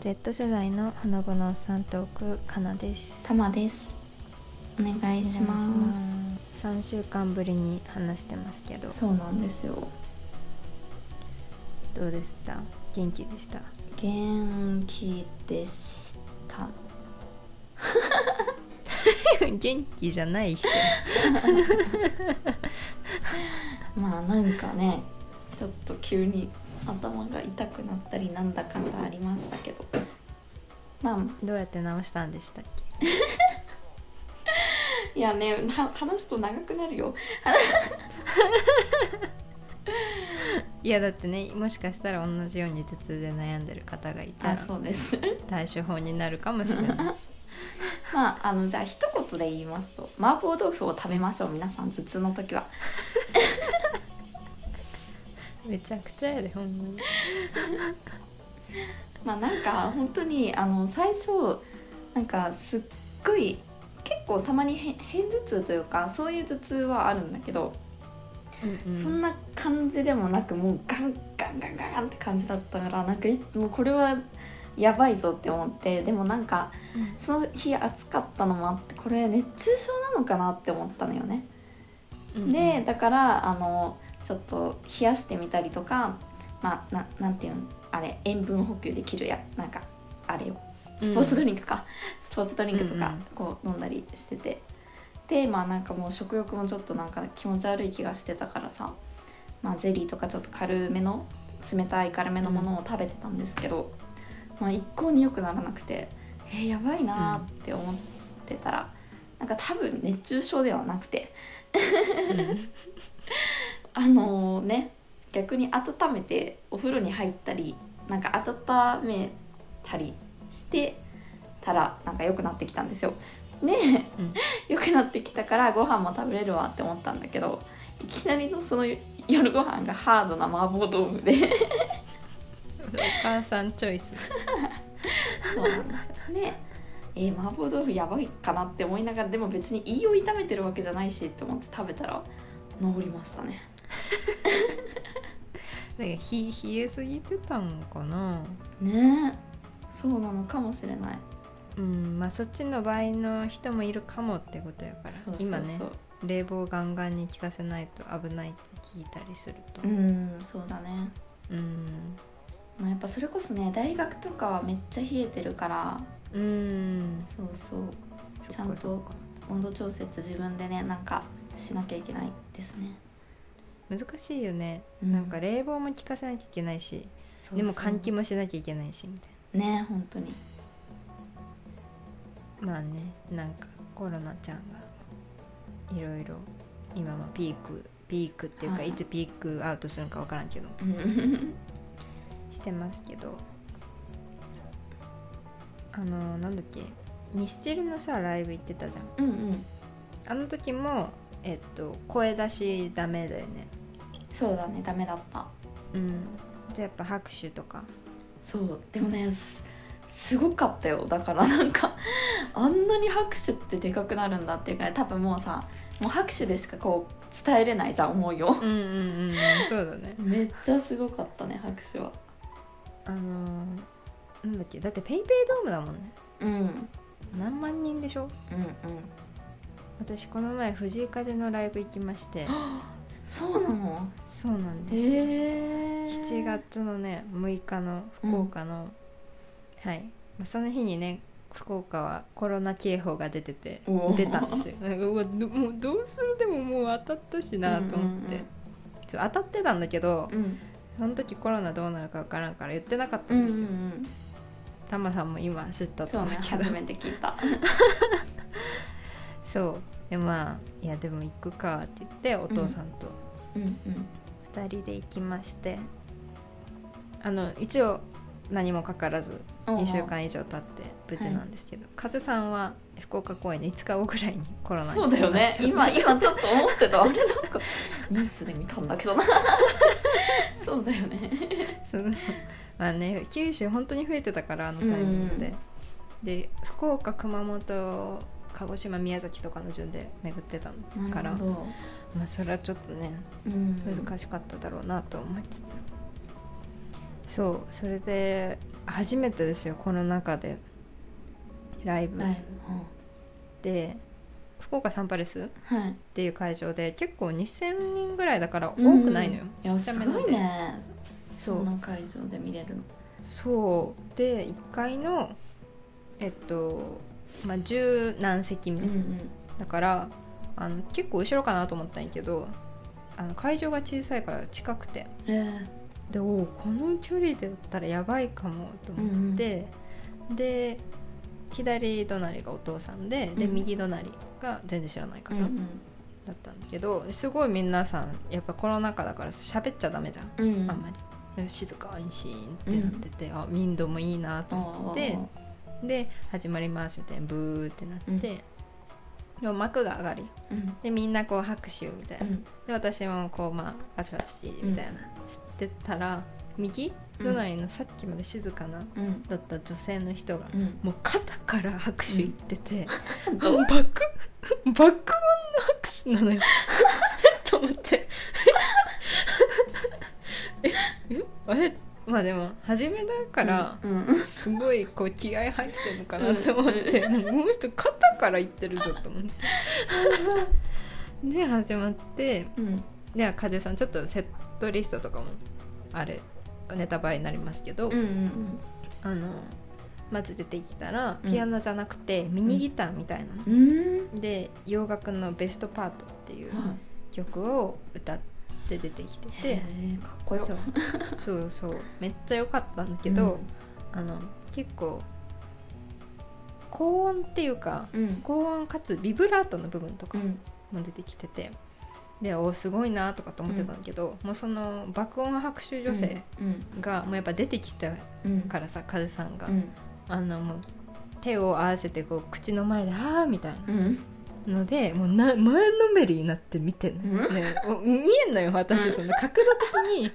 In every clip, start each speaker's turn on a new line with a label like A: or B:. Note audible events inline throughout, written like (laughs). A: Z 世代のほのぼのおっさんトークかなです
B: たまですお願いします
A: 3週間ぶりに話してますけど
B: そうなんですよ
A: どうでした元気でした
B: 元気でした
A: (laughs) 元気じゃない人
B: まあなんかねちょっと急に頭が痛くなったりなんだかんだありましたけどまあ
A: どうやって直したんでしたっけ
B: いやねは話すと長くなるよ
A: いやだってねもしかしたら同じように頭痛で悩んでる方がいた
B: あ
A: ら
B: そうです
A: 対処法になるかもしれないし
B: (laughs) まああのじゃあ一言で言いますと麻婆豆腐を食べましょう皆さん頭痛の時は
A: (laughs) めちゃくちゃやでほんまに
B: まあなんか本当にあの最初なんかすっごい結構たまにへ片頭痛というかそういう頭痛はあるんだけど、
A: うんうん
B: そんな感じでもなくもうガンガンガンガンって感じだったからなんかいもうこれはやばいぞって思ってでもなんかその日暑かったのもあってこれ熱中症なのかなって思ったのよね。
A: うんうん
B: でだからあのちょっと冷やしてみたりとかまあななんていうのあれ塩分補給できるやなんかあれをスポーツドリンクか、スポーツドリンクと
A: うん
B: か
A: うん
B: こう飲んだりしてて、でまあなんかもう食欲もちょっとなんか気持ち悪い気がしてたからさ、まあ、ゼリーとかちょっと軽めの冷たい軽めのものを食べてたんですけど、まあ、一向に良くならなくてえーやばいなーって思ってたら、なんか多分熱中症ではなくて。あのね逆に温めてお風呂に入ったりなんか温めたりしてたらなんか良くなってきたんですよ。ね
A: うん
B: え良、くなってきたからご飯も食べれるわって思ったんだけどいきなりのその夜ご飯がハードな麻婆豆腐で
A: (laughs) お母さんチョイス
B: そうなんですねえー麻婆豆腐やばいかなって思いながらでも別に胃を痛めてるわけじゃないしって思って食べたら治りましたね。
A: だからひ冷えすぎてたのかな
B: ねえそうなのかもしれない。
A: うんまあそっちの場合の人もいるかもってことやから
B: そうそうそう
A: 今ね冷房ガンガンに効かせないと危ないって聞いたりすると
B: うんそうだね
A: うん
B: まあやっぱそれこそね大学とかはめっちゃ冷えてるから
A: うん
B: そうそう
A: そっか
B: ちゃんと温度調節自分でねなんかしなきゃいけないですね
A: 難しいよね、
B: うん
A: なんか冷房も効かせなきゃいけないしでも換気
B: も
A: もしなきゃいけないしみたい
B: ね本当に
A: なまあねなんかコロナちゃんがいろいろ今もピークピークっていうか、、
B: はいい
A: つピークアウトするのか分からんけどしてますけどあのなんだっけミスチルのさライブ行ってたじゃん
B: うんうん
A: あの時もえっと声出しダメだよね
B: そうだねダメだった
A: うんでやっぱ拍手とか
B: そうでもねすすごかったよだからなんかあんなに拍手ってでかくなるんだっていうかね多分もうさもう拍手でしかこう伝えれないじゃん思いを
A: うんうんうんそうだね
B: めっちゃすごかったね拍手は
A: あのーなんだっけだってペイペイドームだもんね
B: うん
A: 何万人でしょ
B: うんうん、
A: 私この前藤井風のライブ行きまして (gasps)
B: そうなの
A: そうなん
B: へ
A: です、
B: え
A: 7月のね6日の福岡の、はい、まあ、その日にね福岡はコロナ警報が出てて
B: おー
A: 出たんですよなんかうわどもうどうするでももう当たったしなと思って、そう当たってたんだけど
B: うんうん
A: その時コロナどうなるか分からんから言ってなかった
B: うん
A: ん
B: う
A: で
B: ん
A: す
B: う
A: よ、
B: ん
A: タマさんも今知ったと
B: そう
A: 思う
B: ね
A: けど
B: 初めて聞いた
A: そうでまあいやでも行くかって言ってお父さんと
B: うんうん
A: 2人で行きまして、あの一応何もかからず
B: おうおう
A: 2週間以上経って無事なんですけど、カズさんは福岡公演の5日後ぐらいにコロナに
B: そうだよ
A: なっ
B: ね
A: ちゃって
B: 今 (laughs) 今ちょっと思ってたあれなんかニュースで見たんだけどなそうだよね
A: そうそうまあね九州本当に増えてたからあのタイミングで、
B: うん
A: で福岡熊本鹿児島宮崎とかの順で巡ってたから
B: なるほ
A: まあそれはちょっとね
B: どうん
A: 難しかっただろうなと思ってた、そうそれで初めてですよこの中でライブ
B: ライ
A: で福岡サンパレスっ
B: ブ、はい
A: ていう会場で結構2000人ぐらいだから多く
B: うん
A: ないのよ、
B: いや
A: ちっ
B: す
A: ちゃめなん
B: ご
A: で
B: いね
A: そ
B: そうの会場で見れるの
A: そうで1階のえっとまあ十何席みたいな、だからあの結構後ろかなと思ったんやけどあの会場が小さいから近くて
B: え
A: でおうこの距離でだったらやばいかもと思って、で左隣がお父さんでで、
B: うん
A: 右隣が全然知らない
B: うん
A: 方だったんだけど、すごい皆さんやっぱコロナ禍だからさ喋っちゃダメじゃん、
B: うんうん
A: あんまり静かにシーンってなってて、あ民度もいいなと思
B: ああ
A: でってで始まりますみたいなブーってなって、
B: うん
A: でも幕が上がり
B: うん
A: でみんなこう拍手みたいな
B: うん
A: で私もこうまあパチパチみたいな、知ってたら右隣のさっきまで静かな、
B: うん
A: だった女性の人が、
B: うん
A: もう肩から拍手いってて、
B: どう
A: バック (laughs) 爆音の拍手なのよ (laughs) と思って (laughs) ええあれまあでも初めだから、
B: うんうん
A: すごいこう気合入ってるのかなと思って、もうこの人肩からいってるぞと思って。で始まって
B: うん
A: では風さんちょっとセットリストとかもあれネタバレになりますけど、
B: うんうん
A: あのまず出てきたら
B: うん
A: ピアノじゃなくてミニギターみたいなの、
B: うん
A: で洋楽の「ベストパート」っていう曲を歌って出てきてて、
B: でかっこよ
A: そうそうそうめっちゃ良かったんだけど、あの結構高音っていうか
B: うん
A: 高音かつビブラートの部分と
B: う
A: か
B: ん
A: も出てきてて、でおーすごいなとかと思ってたんだけど、もうその爆音拍手女性
B: うん
A: が、もうやっぱ出てきた
B: うん
A: からさカズさんが、
B: うん
A: あのもう手を合わせてこう口の前で「あー」みたいな
B: うん
A: のでもうな前のめりになって見てんの
B: う
A: ね、お見えんのよ私
B: うん
A: その角度的に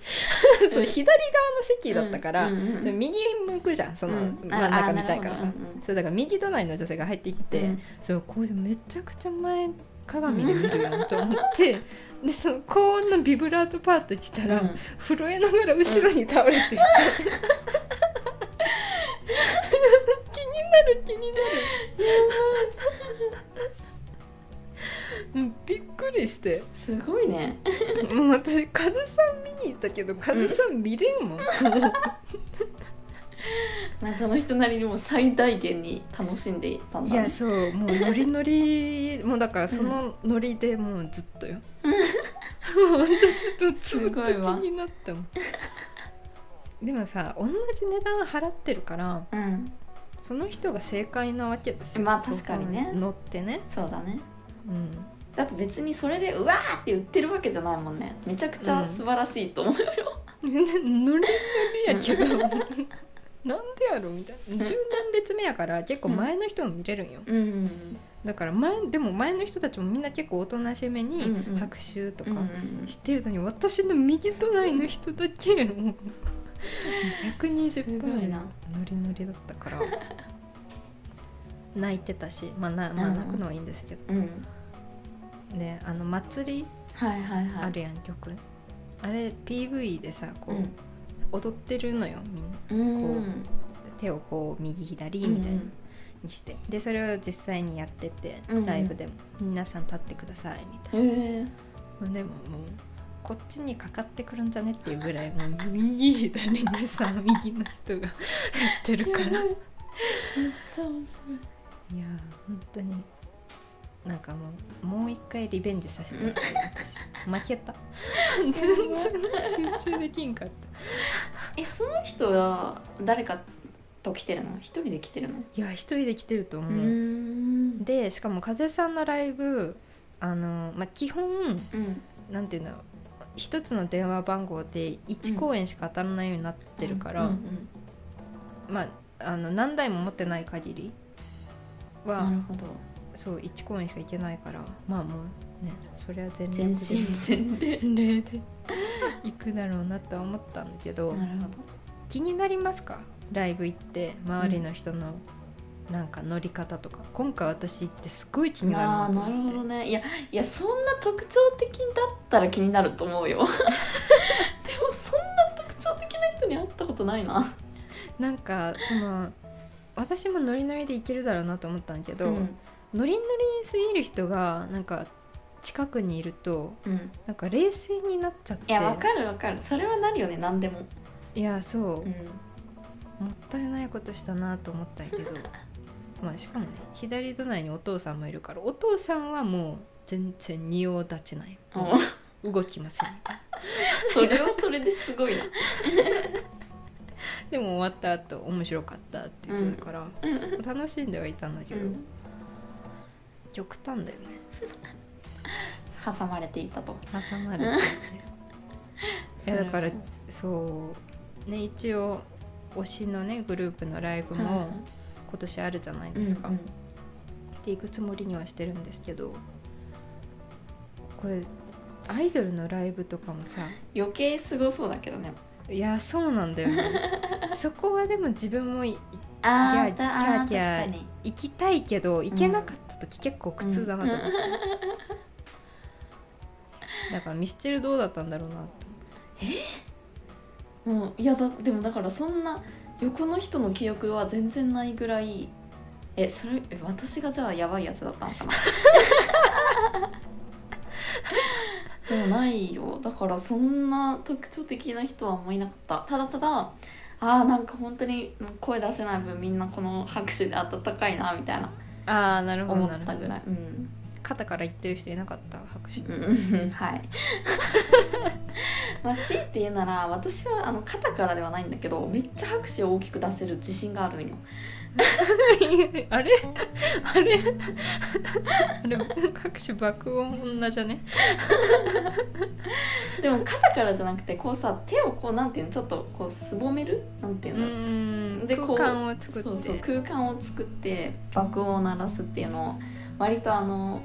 A: そううん左側の席だったから、
B: うんうんうん
A: その右向くじゃんその
B: うん
A: 真ん中見たいからさ、
B: ああなるほどうんうん
A: そうだから右隣の女性が入ってきて、
B: うん
A: そうこうめちゃくちゃ前鏡で見るやんと思って、でその高音のビブラートパート来たら、
B: うん
A: 震えながら後ろに倒れていて、気になる気になる (laughs) うんびっくりして
B: すごいね
A: もう私カズさん見に行ったけどカズさん見れんもん、
B: まあその人なりにも最大限に楽しんでいたん
A: い
B: だ
A: や
B: ね
A: そうもうノリノリもうだからそのノリでもうずっとよ、もう (laughs) 私とずっと気になったもんでもさ同じ値段払ってるから
B: うん
A: その人が正解なわけですよ
B: まあ確かにね
A: そこ乗ってね
B: そうだね
A: うん
B: だって別にそれでうわーって言ってるわけじゃないもんねめちゃくちゃ素晴らしいと思う、
A: 全 (laughs) 然ノリノリやけどなんでやろみたいな10何列目やから結構前の人も見れるんよ、
B: うん
A: だから前でも前の人たちもみんな結構おとなしめに
B: うんうん
A: 拍手と
B: う
A: か
B: ん
A: してるのに私の右隣の人だ
B: (laughs)
A: けもう120
B: すごい
A: 分
B: な
A: ノリノリだった
B: (laughs)
A: から泣いてたし、まあなまあ、
B: うん
A: 泣くのはいいんですけど、
B: うん
A: であの祭り
B: はいはいはい
A: あるやん曲、あれ PV でさこ
B: う
A: う、
B: ん
A: 踊ってるのよみんな
B: うん
A: こ手をこう右左みたいなにして、でそれを実際にやってて
B: うんうん
A: ライブでも、皆さん立ってくださいみたい
B: へえ
A: なでももうこっちにかかってくるんじゃねっていうぐらいもう右左にさ (laughs) 右の人がやってるからいや
B: めっちゃ面白い
A: 本当になんかもうもう一回リベンジさせてもらった私負け
B: (laughs)
A: た (laughs) 全然集中できんかった
B: えその人は誰かと来てるの一人で来てるの
A: いや一人で来てると思
B: う
A: う、
B: ん
A: でしかも風さんのライブあの、まあ、基本
B: うん
A: なんていうんだろう一つの電話番号で1公演しか当たらないようになってるから、
B: うんうん
A: まああの何台も持ってない限りは、
B: なるほど
A: そう1公演しか行けないからまあもうねそれは全
B: 全
A: 力
B: 身全霊
A: (laughs) 全霊で行くだろうなとは思ったんだけど
B: (laughs) なるほ
A: 気になりますかライブ行って周りの人のなんか乗り方とか、今回私行ってすごい気
B: ど
A: にな
B: あー
A: るな
B: な
A: と
B: る
A: 思
B: ほ
A: って
B: どねいやいやそんな特徴的だったら気になる (laughs) と思うよでもそんな特徴的な人に会ったことないな
A: なんかその私もノリノリでいけるだろうなと思ったんだけど、
B: うん
A: ノリノリすぎる人がなんか近くにいると
B: うん、
A: なんか冷静になっちゃって
B: いやわかるわかるそれはなるよね何でも、
A: いやそう、
B: うん、
A: もったいないことしたなと思ったんやけ
B: (laughs)
A: どまあしかもね左隣にお父さんもいるからお父さんはもう全然仁王立ちない
B: (laughs) お
A: 動きません
B: それはそれですごいな
A: でも終わった後面白かったって言ってたから、楽しんではいたんだけど、
B: うん
A: 極端だよね
B: 挟まれていたと
A: 挟まれていやだからそうね一応推しのねグループのライブも今年あるじゃないですか、
B: うん
A: っていくつもりにはしてるんですけどこれアイドルのライブとかもさ
B: 余計すごそうだけどね
A: いやそうなんだよ
B: (laughs)
A: ねそこはでも自分もい
B: あ
A: キャーキャーキャー
B: ー
A: 行きたいけど行けなかった時結構苦痛だなと思って、だからミスチルどうだったんだろうなと思って
B: もういやだでもだからそんな横の人の記憶は全然ないぐらいえそれえ私がじゃあやばいやつだった
A: (laughs)
B: のかなでもないよだからそんな特徴的な人はもういなかったただただあーなんか本当に声出せない分みんなこの拍手で温かいなみたいな
A: ああなるほ
B: 思
A: ど
B: っ
A: なる
B: た
A: ほ
B: ぐ
A: ど
B: らいうん
A: 肩から言ってる人いなかった拍手
B: うんはいまあ強いて言うなら私はあの肩からではないんだけどめっちゃ拍手を大きく出せる自信があるんよ
A: (laughs) あれ (laughs) あれあれ各種爆音女じゃね
B: でも肩からじゃなくてこうさ手をこうなんていうのちょっとこうすぼめるなんていううの、
A: ん
B: でこ
A: 空
B: う
A: 間を作って
B: そうそう空間を作って爆音を鳴らすっていうのを割とあの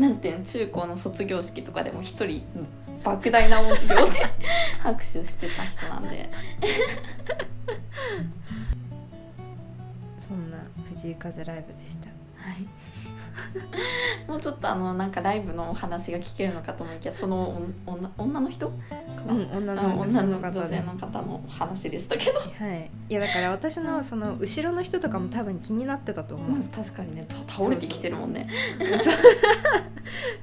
B: なんていうの中高の卒業式とかでも一人莫大な音量で (laughs) 拍手してた人なんで
A: そんな藤井風ライブでした
B: はい。 (laughs) もうちょっとあのなんかライブのお話が聞けるのかと思いきやそのお女女の人かな、
A: うん女
B: あ
A: の女性
B: 女
A: の
B: の
A: 方
B: 女性
A: で
B: の方の話でしたけど、
A: はいいやだから私のその後ろの人とかも多分気になってたと思う
B: まあ確かにねた (laughs) 倒れてきてるもんね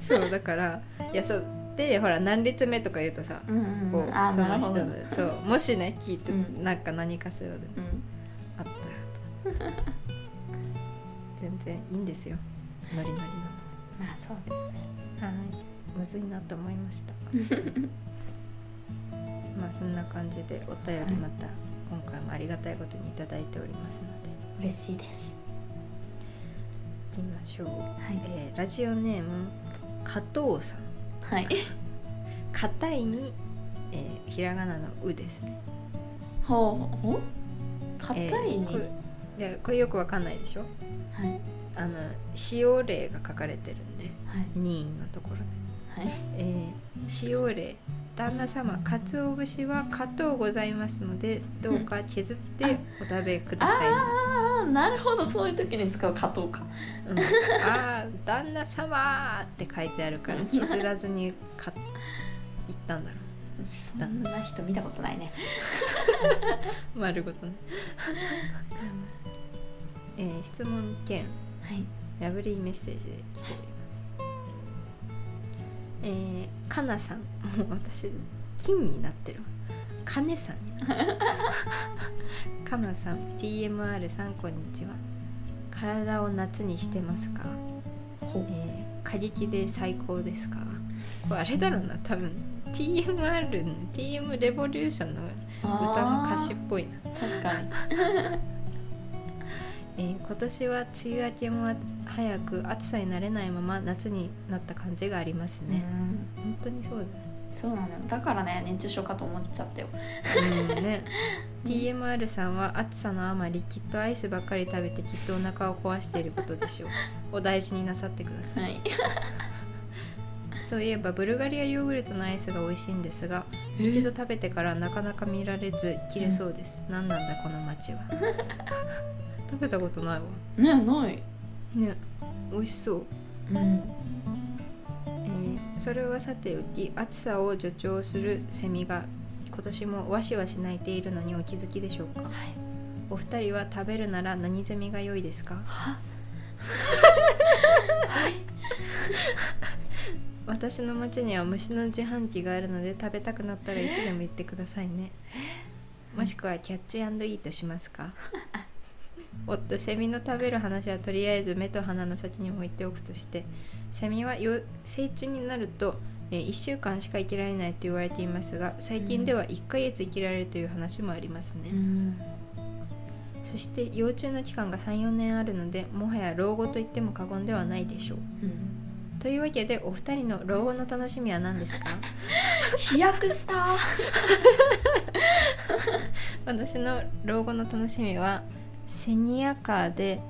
A: そうだからいやそうでほら何列目とか言うとさ
B: うんうんうんあー
A: その
B: なるほど、う
A: 人
B: ん、
A: のそうもしね聞いて、
B: うん
A: なんか何かしらであったらと全然いいんですよノリノリの
B: まあそうですね
A: はい、むずいなと思いま
B: (laughs)
A: した。まあそんな感じでお便りまた今回もありがたいことにいただいておりますので
B: 嬉しいです
A: 行きましょう。
B: はい
A: えーラジオネーム加藤さん、
B: はい
A: 硬いに、えーひらがなのうですね。
B: ほうほう硬
A: えー
B: いに、
A: こでこれよくわかんないでしょ。
B: はい
A: あの使用例が書かれてるんで
B: はい
A: 任意のところで。
B: はい
A: えー使用例旦那様かつお節は加藤ございますのでどうか削ってお食べください
B: ああなるほどそういう時に使う加藤か
A: うん、ああー旦那様って書いてあるから削らずにか言ったんだろ
B: そんな人見たことないね
A: う (laughs) 丸ごとね、えー質問兼
B: はい
A: ラブリーメッセージで来ております、えーかなさんもう私金になってるわかねさんになってるかなさん TMR さんこんにちは体を夏にしてますか、
B: ほう
A: えー、過激で最高ですかこれあれだろうな多分 TMR の TM レボリューションの歌の歌詞っぽいな
B: あー確かに
A: えー今年は梅雨明けも早く暑さに慣れないまま夏になった感じがありますね、本当にそう
B: そうなのよだからね熱中症かと思っちゃったよ
A: だねうん (laughs) ね TMR さんは暑さのあまりきっとアイスばっかり食べてきっとお腹を壊していることでしょうお大事になさってください
B: い
A: そういえばブルガリアヨーグルトのアイスが美味しいんですが一度食べてからなかなか見られず切れそうです、何なんだこの街は (laughs) 食べたことないわ
B: ねない
A: ね美味しそう
B: うん
A: えーそれはさておき暑さを助長するセミが今年もわしわし鳴いているのにお気づきでしょうか
B: はい
A: おお二人は食べるなら何攻めが良いですか
B: は
A: 私の町には虫の自販機があるので食べたくなったらいつでも言ってくださいねもしくはキャッチイートしますかおっとセミの食べる話はとりあえず目と鼻の先に置いておくとしてセミは幼成虫になると、え1週間しか生きられないと言われていますが最近では1ヶ月生きられるという話もありますね、
B: うん
A: そして幼虫の期間が34年あるのでもはや老後と言っても過言ではないでしょう
B: うん
A: というわけでお二人の老後の楽しみは何です
B: (laughs)
A: か
B: 飛躍した
A: 私の老後の楽しみはセニアカーで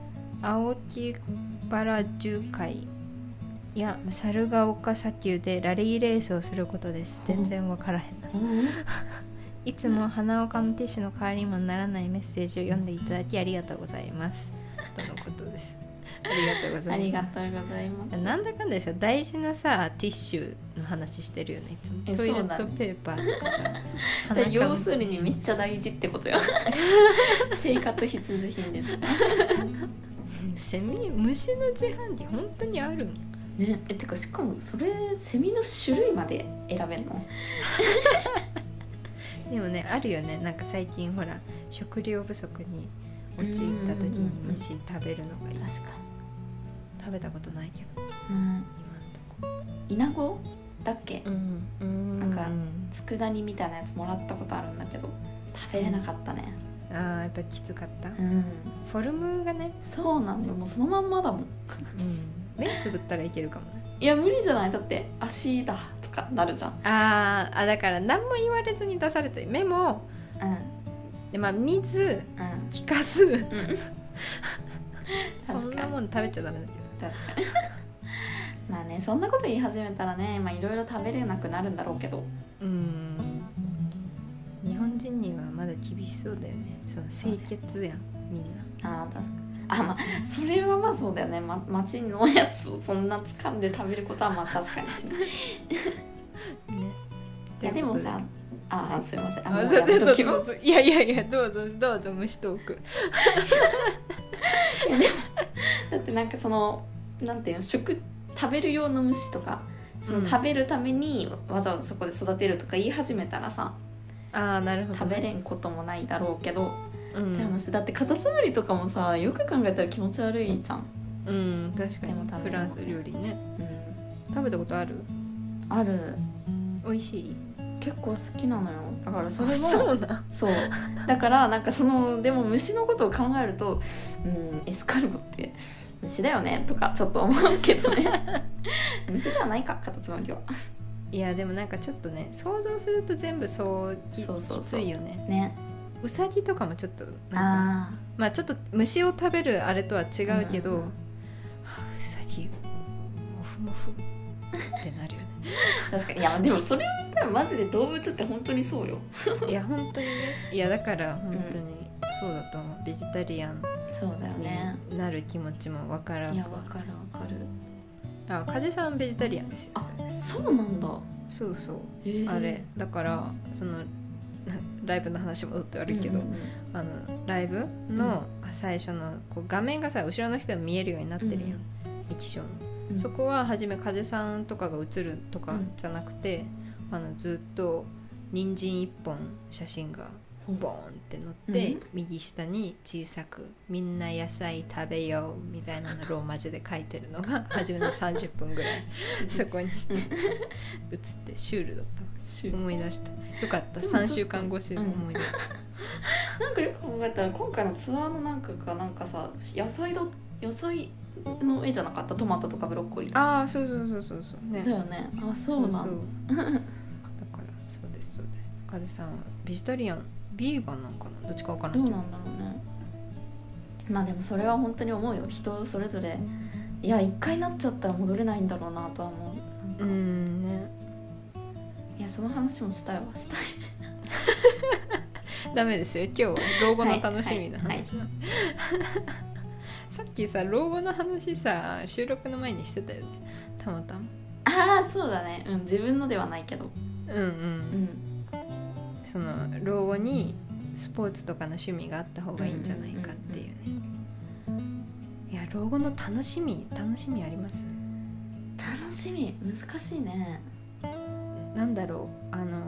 A: 青木原樹海や猿ヶ丘砂丘でラリーレースをすることです全然わからへんなはいつも鼻をかむティッシュの代わりにもならないメッセージを読んでいただきありがとうございますとのこと
B: (laughs)
A: ですありがとうございます
B: (laughs) ありがとうございます
A: なんだかんだでさ大事なさティッシュの話してるよねいつも
B: え
A: トイレ
B: そう
A: ッ
B: だね
A: トペーパーとかさ
B: だ
A: 鼻かむ
B: 要するにめっちゃ大事って (laughs) ことよ生活必需品です
A: セミ虫の自販機本当にあるの
B: ねえてかしかもそれセミの種類まで選べるの
A: でもねあるよねなんか最近ほら食料不足に陥った時に虫食べるのがいい
B: 確か
A: 食べたことないけど
B: に、うん、
A: 今んとこ
B: イナゴだっけ
A: うんうん
B: なんか佃煮みたいなやつもらったことあるんだけど食べれなかったね
A: あーやっぱきつかった、
B: うん
A: フォルムがね、
B: そうなんだよもうそのまんまだもん
A: 目つぶったらいけるかもね
B: いや無理じゃないだって足だとかなるじゃん
A: あーあだから何も言われずに出されて目も
B: うんうん
A: でまあ水聞かず
B: うん
A: そんなもん食べちゃダメだけど
B: 確かに (laughs) まあねそんなこと言い始めたらねまあいろいろ食べれなくなるんだろうけど
A: うん日本人にはまだ厳しそうだよねその清潔やんみんな
B: あー確かにあまあそれはまあそうだよね、ま、町のやつをそんな掴んで食べることはまあ確かにしない (laughs)
A: ね
B: いやでも
A: という
B: さ
A: こ
B: あーすいません
A: と
B: あ
A: で
B: も
A: あ
B: うやめ
A: ど
B: と
A: う
B: き
A: ぞ
B: ま
A: ど
B: す
A: うぞいやいやいやどうぞどうぞ虫トーク
B: だってなんかそのなんていうの食食べる用の虫とかそ
A: うん
B: の食べるためにわざわざそこで育てるとか言い始めたらさ、
A: ああなるほど
B: 食べれんこともないだろうけど、
A: うん
B: って話だってカタツムリとかもさよく考えたら気持ち悪いじゃん、
A: うん確か
B: でも
A: に
B: 食べれない
A: フランス料理ね食べたことある
B: ある
A: 美味しい
B: 結構好きなのよだからそれ
A: あ
B: も
A: そうな
B: そうだからなんかそのでも虫のことを考えるとうんエスカルゴって虫だよねとかちょっと思うけどね (laughs) 虫ではないかカタツムリはい
A: やでもなんかちょっとね想像すると全部そうき
B: そうそうそう
A: きついよね
B: ね
A: うさぎとかもちょっとなんか
B: あ
A: まあちょっと虫を食べるあれとは違うけど、
B: う
A: うん
B: うん
A: さぎもふもふってなるよ
B: あ確かにいやでもそれを言ったらマジで動物って本当にそうよ (laughs)
A: ねいや本当にねいやだから本当にそうだと思うベジタリアン
B: そうだよ
A: になる気持ちもわからん
B: いや
A: わ
B: わかるわかる
A: あ梶さんベジタリアンですよ
B: あそうなんだ、
A: そうそう
B: えー
A: あれだからそのライブの話戻ってあるけど、
B: うんうんうん
A: あのライブの最初のこう画面がさ後ろの人が見えるようになってるやん、液晶の、
B: うん
A: そこは初め風さんとかが映るとか
B: うん
A: じゃなくて、あのずっと人参一本写真がボーンって載って、
B: うん
A: 右下に小さく「みんな野菜食べよう」みたいなのローマ字で書いてるの
B: (laughs)
A: が初めの30分ぐらいそこに (laughs) 映ってシュールだった
B: シュール
A: 思い出したよかった
B: でも確かに
A: 3週間越しで思い出した、
B: なんかよく考えたら今回のツアーのなんかがなんかさ野菜だ野菜の絵じゃなかったトマトとかブロッコリー
A: ああそうそうそうそうそうね
B: だよねあそうなんだ
A: そうそうだからそうですそうです風さんはベジタリアンビーガンなんかなどっちかわからない
B: ど
A: け
B: う
A: ど
B: なんだろうねまあでもそれは本当に思うよ人それぞれいや一回なっちゃったら戻れないんだろうなとは思う、
A: うーんね
B: いやその話もしたいわしたい
A: ダメですよ今日は老後の楽しみの
B: はいはい
A: 話なの (laughs) さっきさ老後の話さ収録の前にしてたよねたまたま
B: ああそうだねうん自分のではないけど
A: うんう
B: うんん
A: その老後にスポーツとかの趣味があった方がいいんじゃないかっていうね
B: う
A: いや老後の楽しみ楽しみあります
B: 楽しみ難しいね
A: なんだろうあの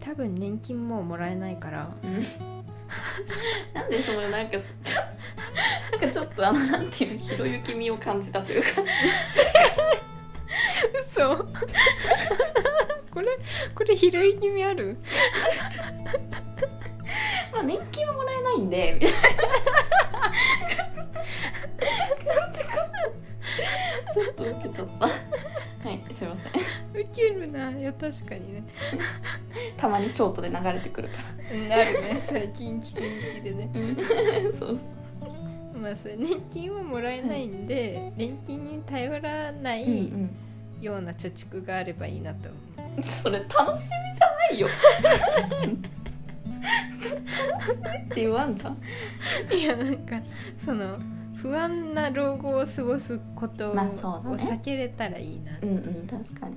A: 多分年金ももらえないから
B: なんでそれなんかちょなんかちょっとあのなんていうのひろゆきみを感じたというか
A: 嘘 (laughs) これこれ拾い気味ある
B: まあ年金はもらえないんでみたいな感じかなちょっと受けちゃったはいすいません
A: ウケるないや確かにね
B: たまにショートで流れてくるから
A: なるね (laughs) 最近聞く人気でね
B: そう
A: まあそれ年金はもらえないんで、年金に頼らな
B: そうい
A: いような貯蓄があればいいなと思う、
B: それ楽しみじゃないよって言わんじゃん
A: (laughs) いやなんかその不安な老後を過ごすことを,、
B: まあそうだね
A: 避けれたらいいな、
B: うんうん確かに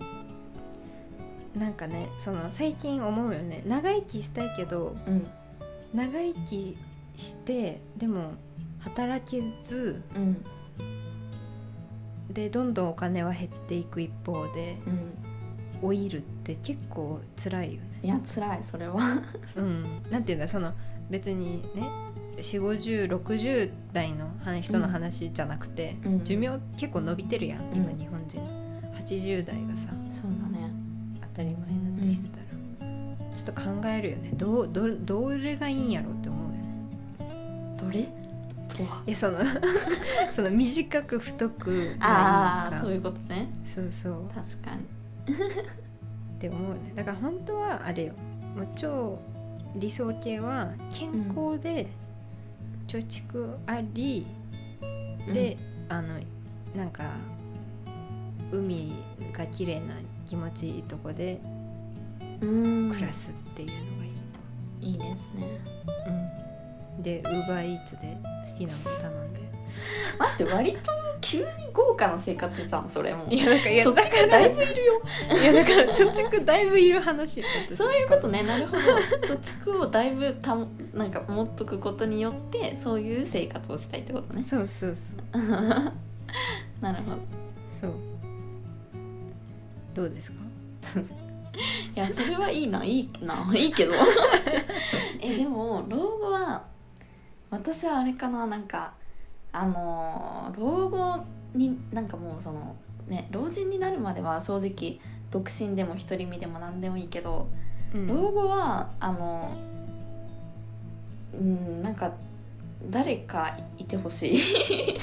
A: なんかねその最近思うよね長生きしたいけど
B: うん
A: 長生きしてでも働けず
B: うん
A: でどんどんお金は減っていく一方で
B: うん
A: 老いるって結構辛いよね。
B: いや辛いそれは
A: うん、なんていうんだその別にね4 5 0 6 0代のは人の話じゃなくて、
B: うん
A: 寿命結構伸びてるやん、今
B: うん
A: 日本人80代がさ
B: そうだね
A: 当たり前になってきてたら、ちょっと考えるよねどうどどれがいいんやろうって思うよね
B: どれとはい
A: やその (laughs) その短く太く
B: あ
A: がいい
B: あ
A: の
B: そう
A: か
B: いうことね
A: そうそう
B: 確かに
A: って思うよねだから本当はあれよもう超理想形は健康で貯蓄あり、で、あのなんか海が綺麗な気持ちいいとこで
B: うん
A: 暮らすっていうのがいい
B: いいですね
A: と、でウーバーイーツで好きなもの頼んで
B: 待って割と急に豪華な生活じゃんそれも
A: いやなんかい
B: そっちがだいぶいるよ
A: いやだから貯蓄だいぶいる話よ私
B: (laughs) そういうことねな (laughs) るほど貯蓄をだいぶたもなんか持っとくことによってそういう生活をしたいってことね
A: そうそうそう
B: なるほど
A: そうどうですか
B: いやそれはいいないいないいけ (laughs) どえでも老後は私はあれかななんかあのー老後になんかもうそのね老人になるまでは正直独身でも独り身でも何でもいいけど
A: うん
B: 老後はあのうんなんか誰かいてほしい (laughs)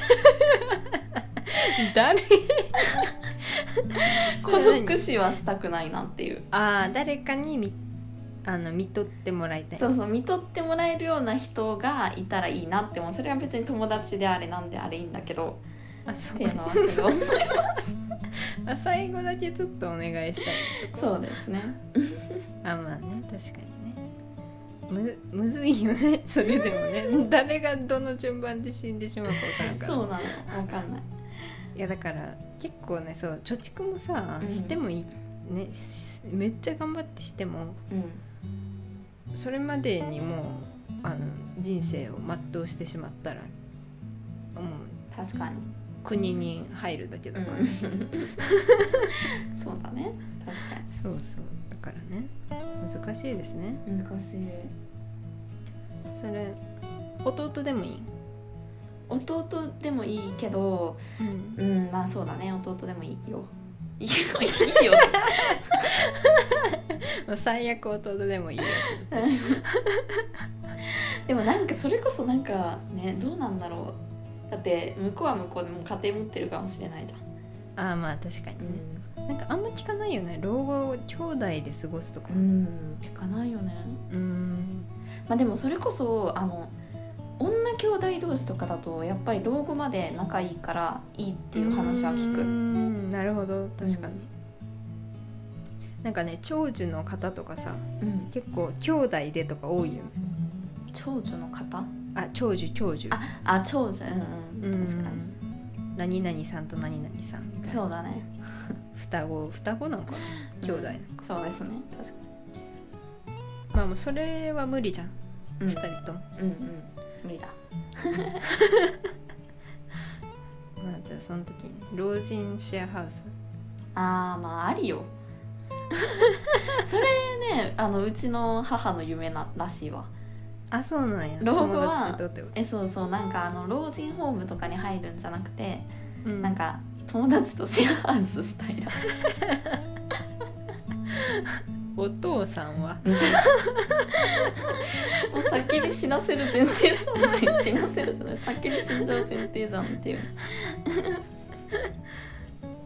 A: (laughs) 誰
B: 孤独死はしたくないなっていう
A: ああ誰かにみあの見とってもらいたい
B: そうそう見とってもらえるような人がいたらいいなってもうそれは別に友達であれなんであれいいんだけど
A: あそ
B: っていうのはすごい
A: (laughs) あ最後だけちょっとお願いしたいそこ
B: (laughs) そうですね
A: あまあね確かにねむむずいよ
B: (laughs)
A: ねそれでもね誰がどの順番で死んでしまうか分からんから
B: そうなのわかんない
A: いやだから結構ねそう貯蓄もさ
B: うん
A: してもいい、ねしめっちゃ頑張ってしても
B: うん
A: それまでにもうあの人生を全うしてしまったらもう
B: 確かに
A: 国に入るだけだから、
B: うん (laughs) そうだね確か
A: そうそうだからね難しいですね
B: に難しい
A: それ弟でもいい、
B: 弟でもいいけど
A: うん、
B: うんまあそうだね弟でもいいよ (laughs) いいよいいよ
A: 最悪弟でもいいよ
B: (laughs) でもなんかそれこそなんかねどうなんだろうだって向こうは向こうでもう家庭持ってるかもしれないじゃん、
A: ああまあ確かにね、なんかあんま聞かないよね老後を兄弟で過ごすとか
B: うん聞かないよね
A: うん
B: まあでもそれこそあの女兄弟同士とかだとやっぱり老後まで仲いいからいいっていう話は聞
A: うー
B: く
A: んなるほど確かに、なんかね長寿の方とかさ
B: うん
A: 結構兄弟でとか多いよね
B: 長女の方
A: あ長寿長寿
B: ああ長女うん、うん、確かに
A: に何々さんと何々さんみたいな
B: そうだね
A: 双子双子なのかな兄弟の、
B: うんそうですね確かに
A: まあもうそれは無理じゃん
B: うん
A: 2人とも、
B: うんうん無理だ
A: まあじゃあその時に老人シェアハウス
B: あーまああり (laughs) よそれねあのうちの母の夢ならしいわ
A: あそうなんや
B: 老後は
A: 友達とってこ
B: えそうそうなんかあの老人ホームとかに入るんじゃなくて、
A: と、う
B: なんか友達とシェアハウスしたいらしい
A: お父さんは
B: もう先に死なせる前提じゃない死なせるじゃない先に死んじゃう前提じゃんっていう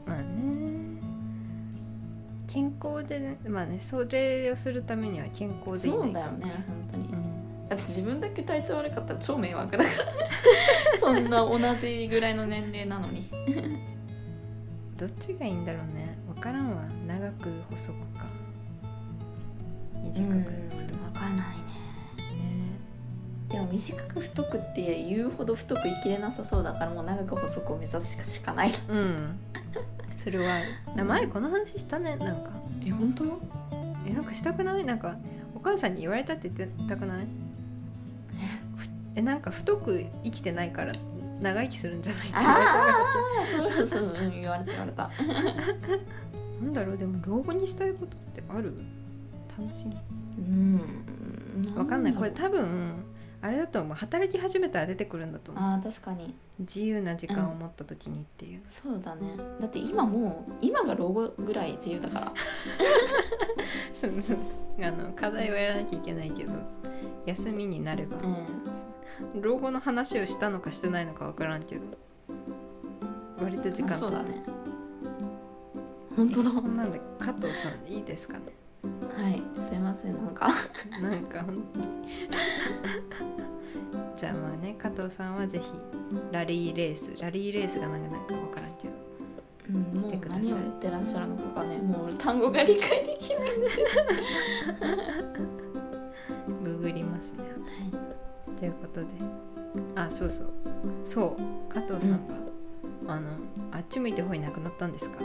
A: まあね健康でねまあねそれをするためには健康でい
B: そう
A: ない
B: だよ
A: と
B: ね本当に
A: うん
B: だって自分だけ体調悪かったら超迷惑だから (laughs) そんな同じぐらいの年齢なのに
A: どっちがいいんだろうね分からんわ長く細くか短く太く
B: わかんない
A: ね
B: ねでも短く太くって言うほど太く生きれなさそうだからもう長く細くを目指すしかない
A: うんそれは名前この話したねなんか
B: え本当よ
A: えなんかしたくないなんかお母さんに言われたって言ってたくないふえなんか太く生きてないから長生きするんじゃないって言われたなんか
B: そうそう、うん、言われた言われた
A: なんだろうでも老後にしたいことってある楽しみ
B: うん
A: わかんないこれ多分あれだと思う働き始めたら出てくるんだと思う
B: あー確かに
A: 自由な時間を持った時にっていう、
B: そうだねだって今もう今が老後ぐらい自由だから
A: そうそう (laughs) そうあの課題をやらなきゃいけないけど休みになれば、
B: ん
A: 老後の話をしたのかしてないのかわからんけど割と時間
B: そう
A: と
B: だね本当だ
A: こんなんで加藤さんいいですかね
B: はいすいませんなんか
A: なんか本当に (laughs) じゃあまあね加藤さんはぜひラリーレースラリーレースがなんかなんかわからんけど
B: うん、も
A: して
B: う
A: ください
B: 何を言ってらっしゃるのかがねもう単語が理解できない、
A: ググりますねということであそうそうそう加藤さんが、あの「あっち向いてほいなくなったんですか?」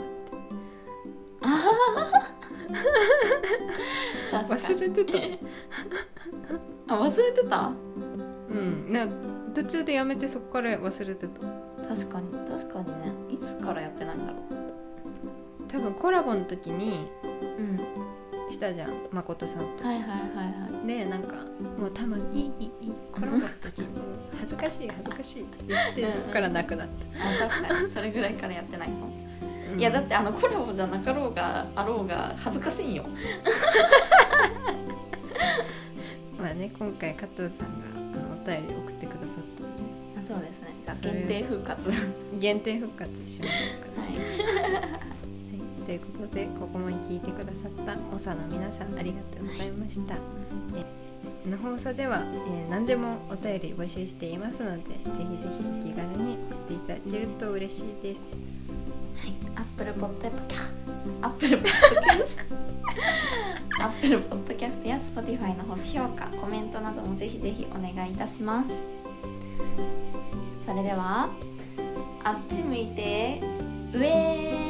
A: って
B: はい、
A: 忘れてた
B: (laughs) あ忘れてた
A: うんなんか途中でやめてそこから忘れてた
B: 確かに確かにねいつからやってないんだろう
A: 多分コラボの時に
B: うん
A: したじゃん誠さんと
B: はいはいはいは
A: でなんかもう多分いいいいいいコラボの時
B: (laughs)
A: に恥ずかしい恥ずかしいって言って
B: うんうん
A: そこからなくなっ
B: いあ確かにそれぐらいからやってないの、
A: た、
B: いやだってあのコラボじゃなかろうがあろうが恥ずかしいんよ
A: まあね今回加藤さんがあのお便り送ってくださったんで
B: そうですねじゃあ
A: それ
B: 限定復活はい
A: 限定復活しましょうかはい、ということでここまで聞いてくださった長の皆さんありがとうございました、えこの放送では、えー何でもお便り募集していますのでぜひぜひお気軽に送っていただけると嬉しいです
B: アップルポッドキャスアップルポッドキャス (laughs) トアップルポッドキャストや Spotify の星評価コメントなどもぜひぜひお願いいたしますそれではあっち向いて上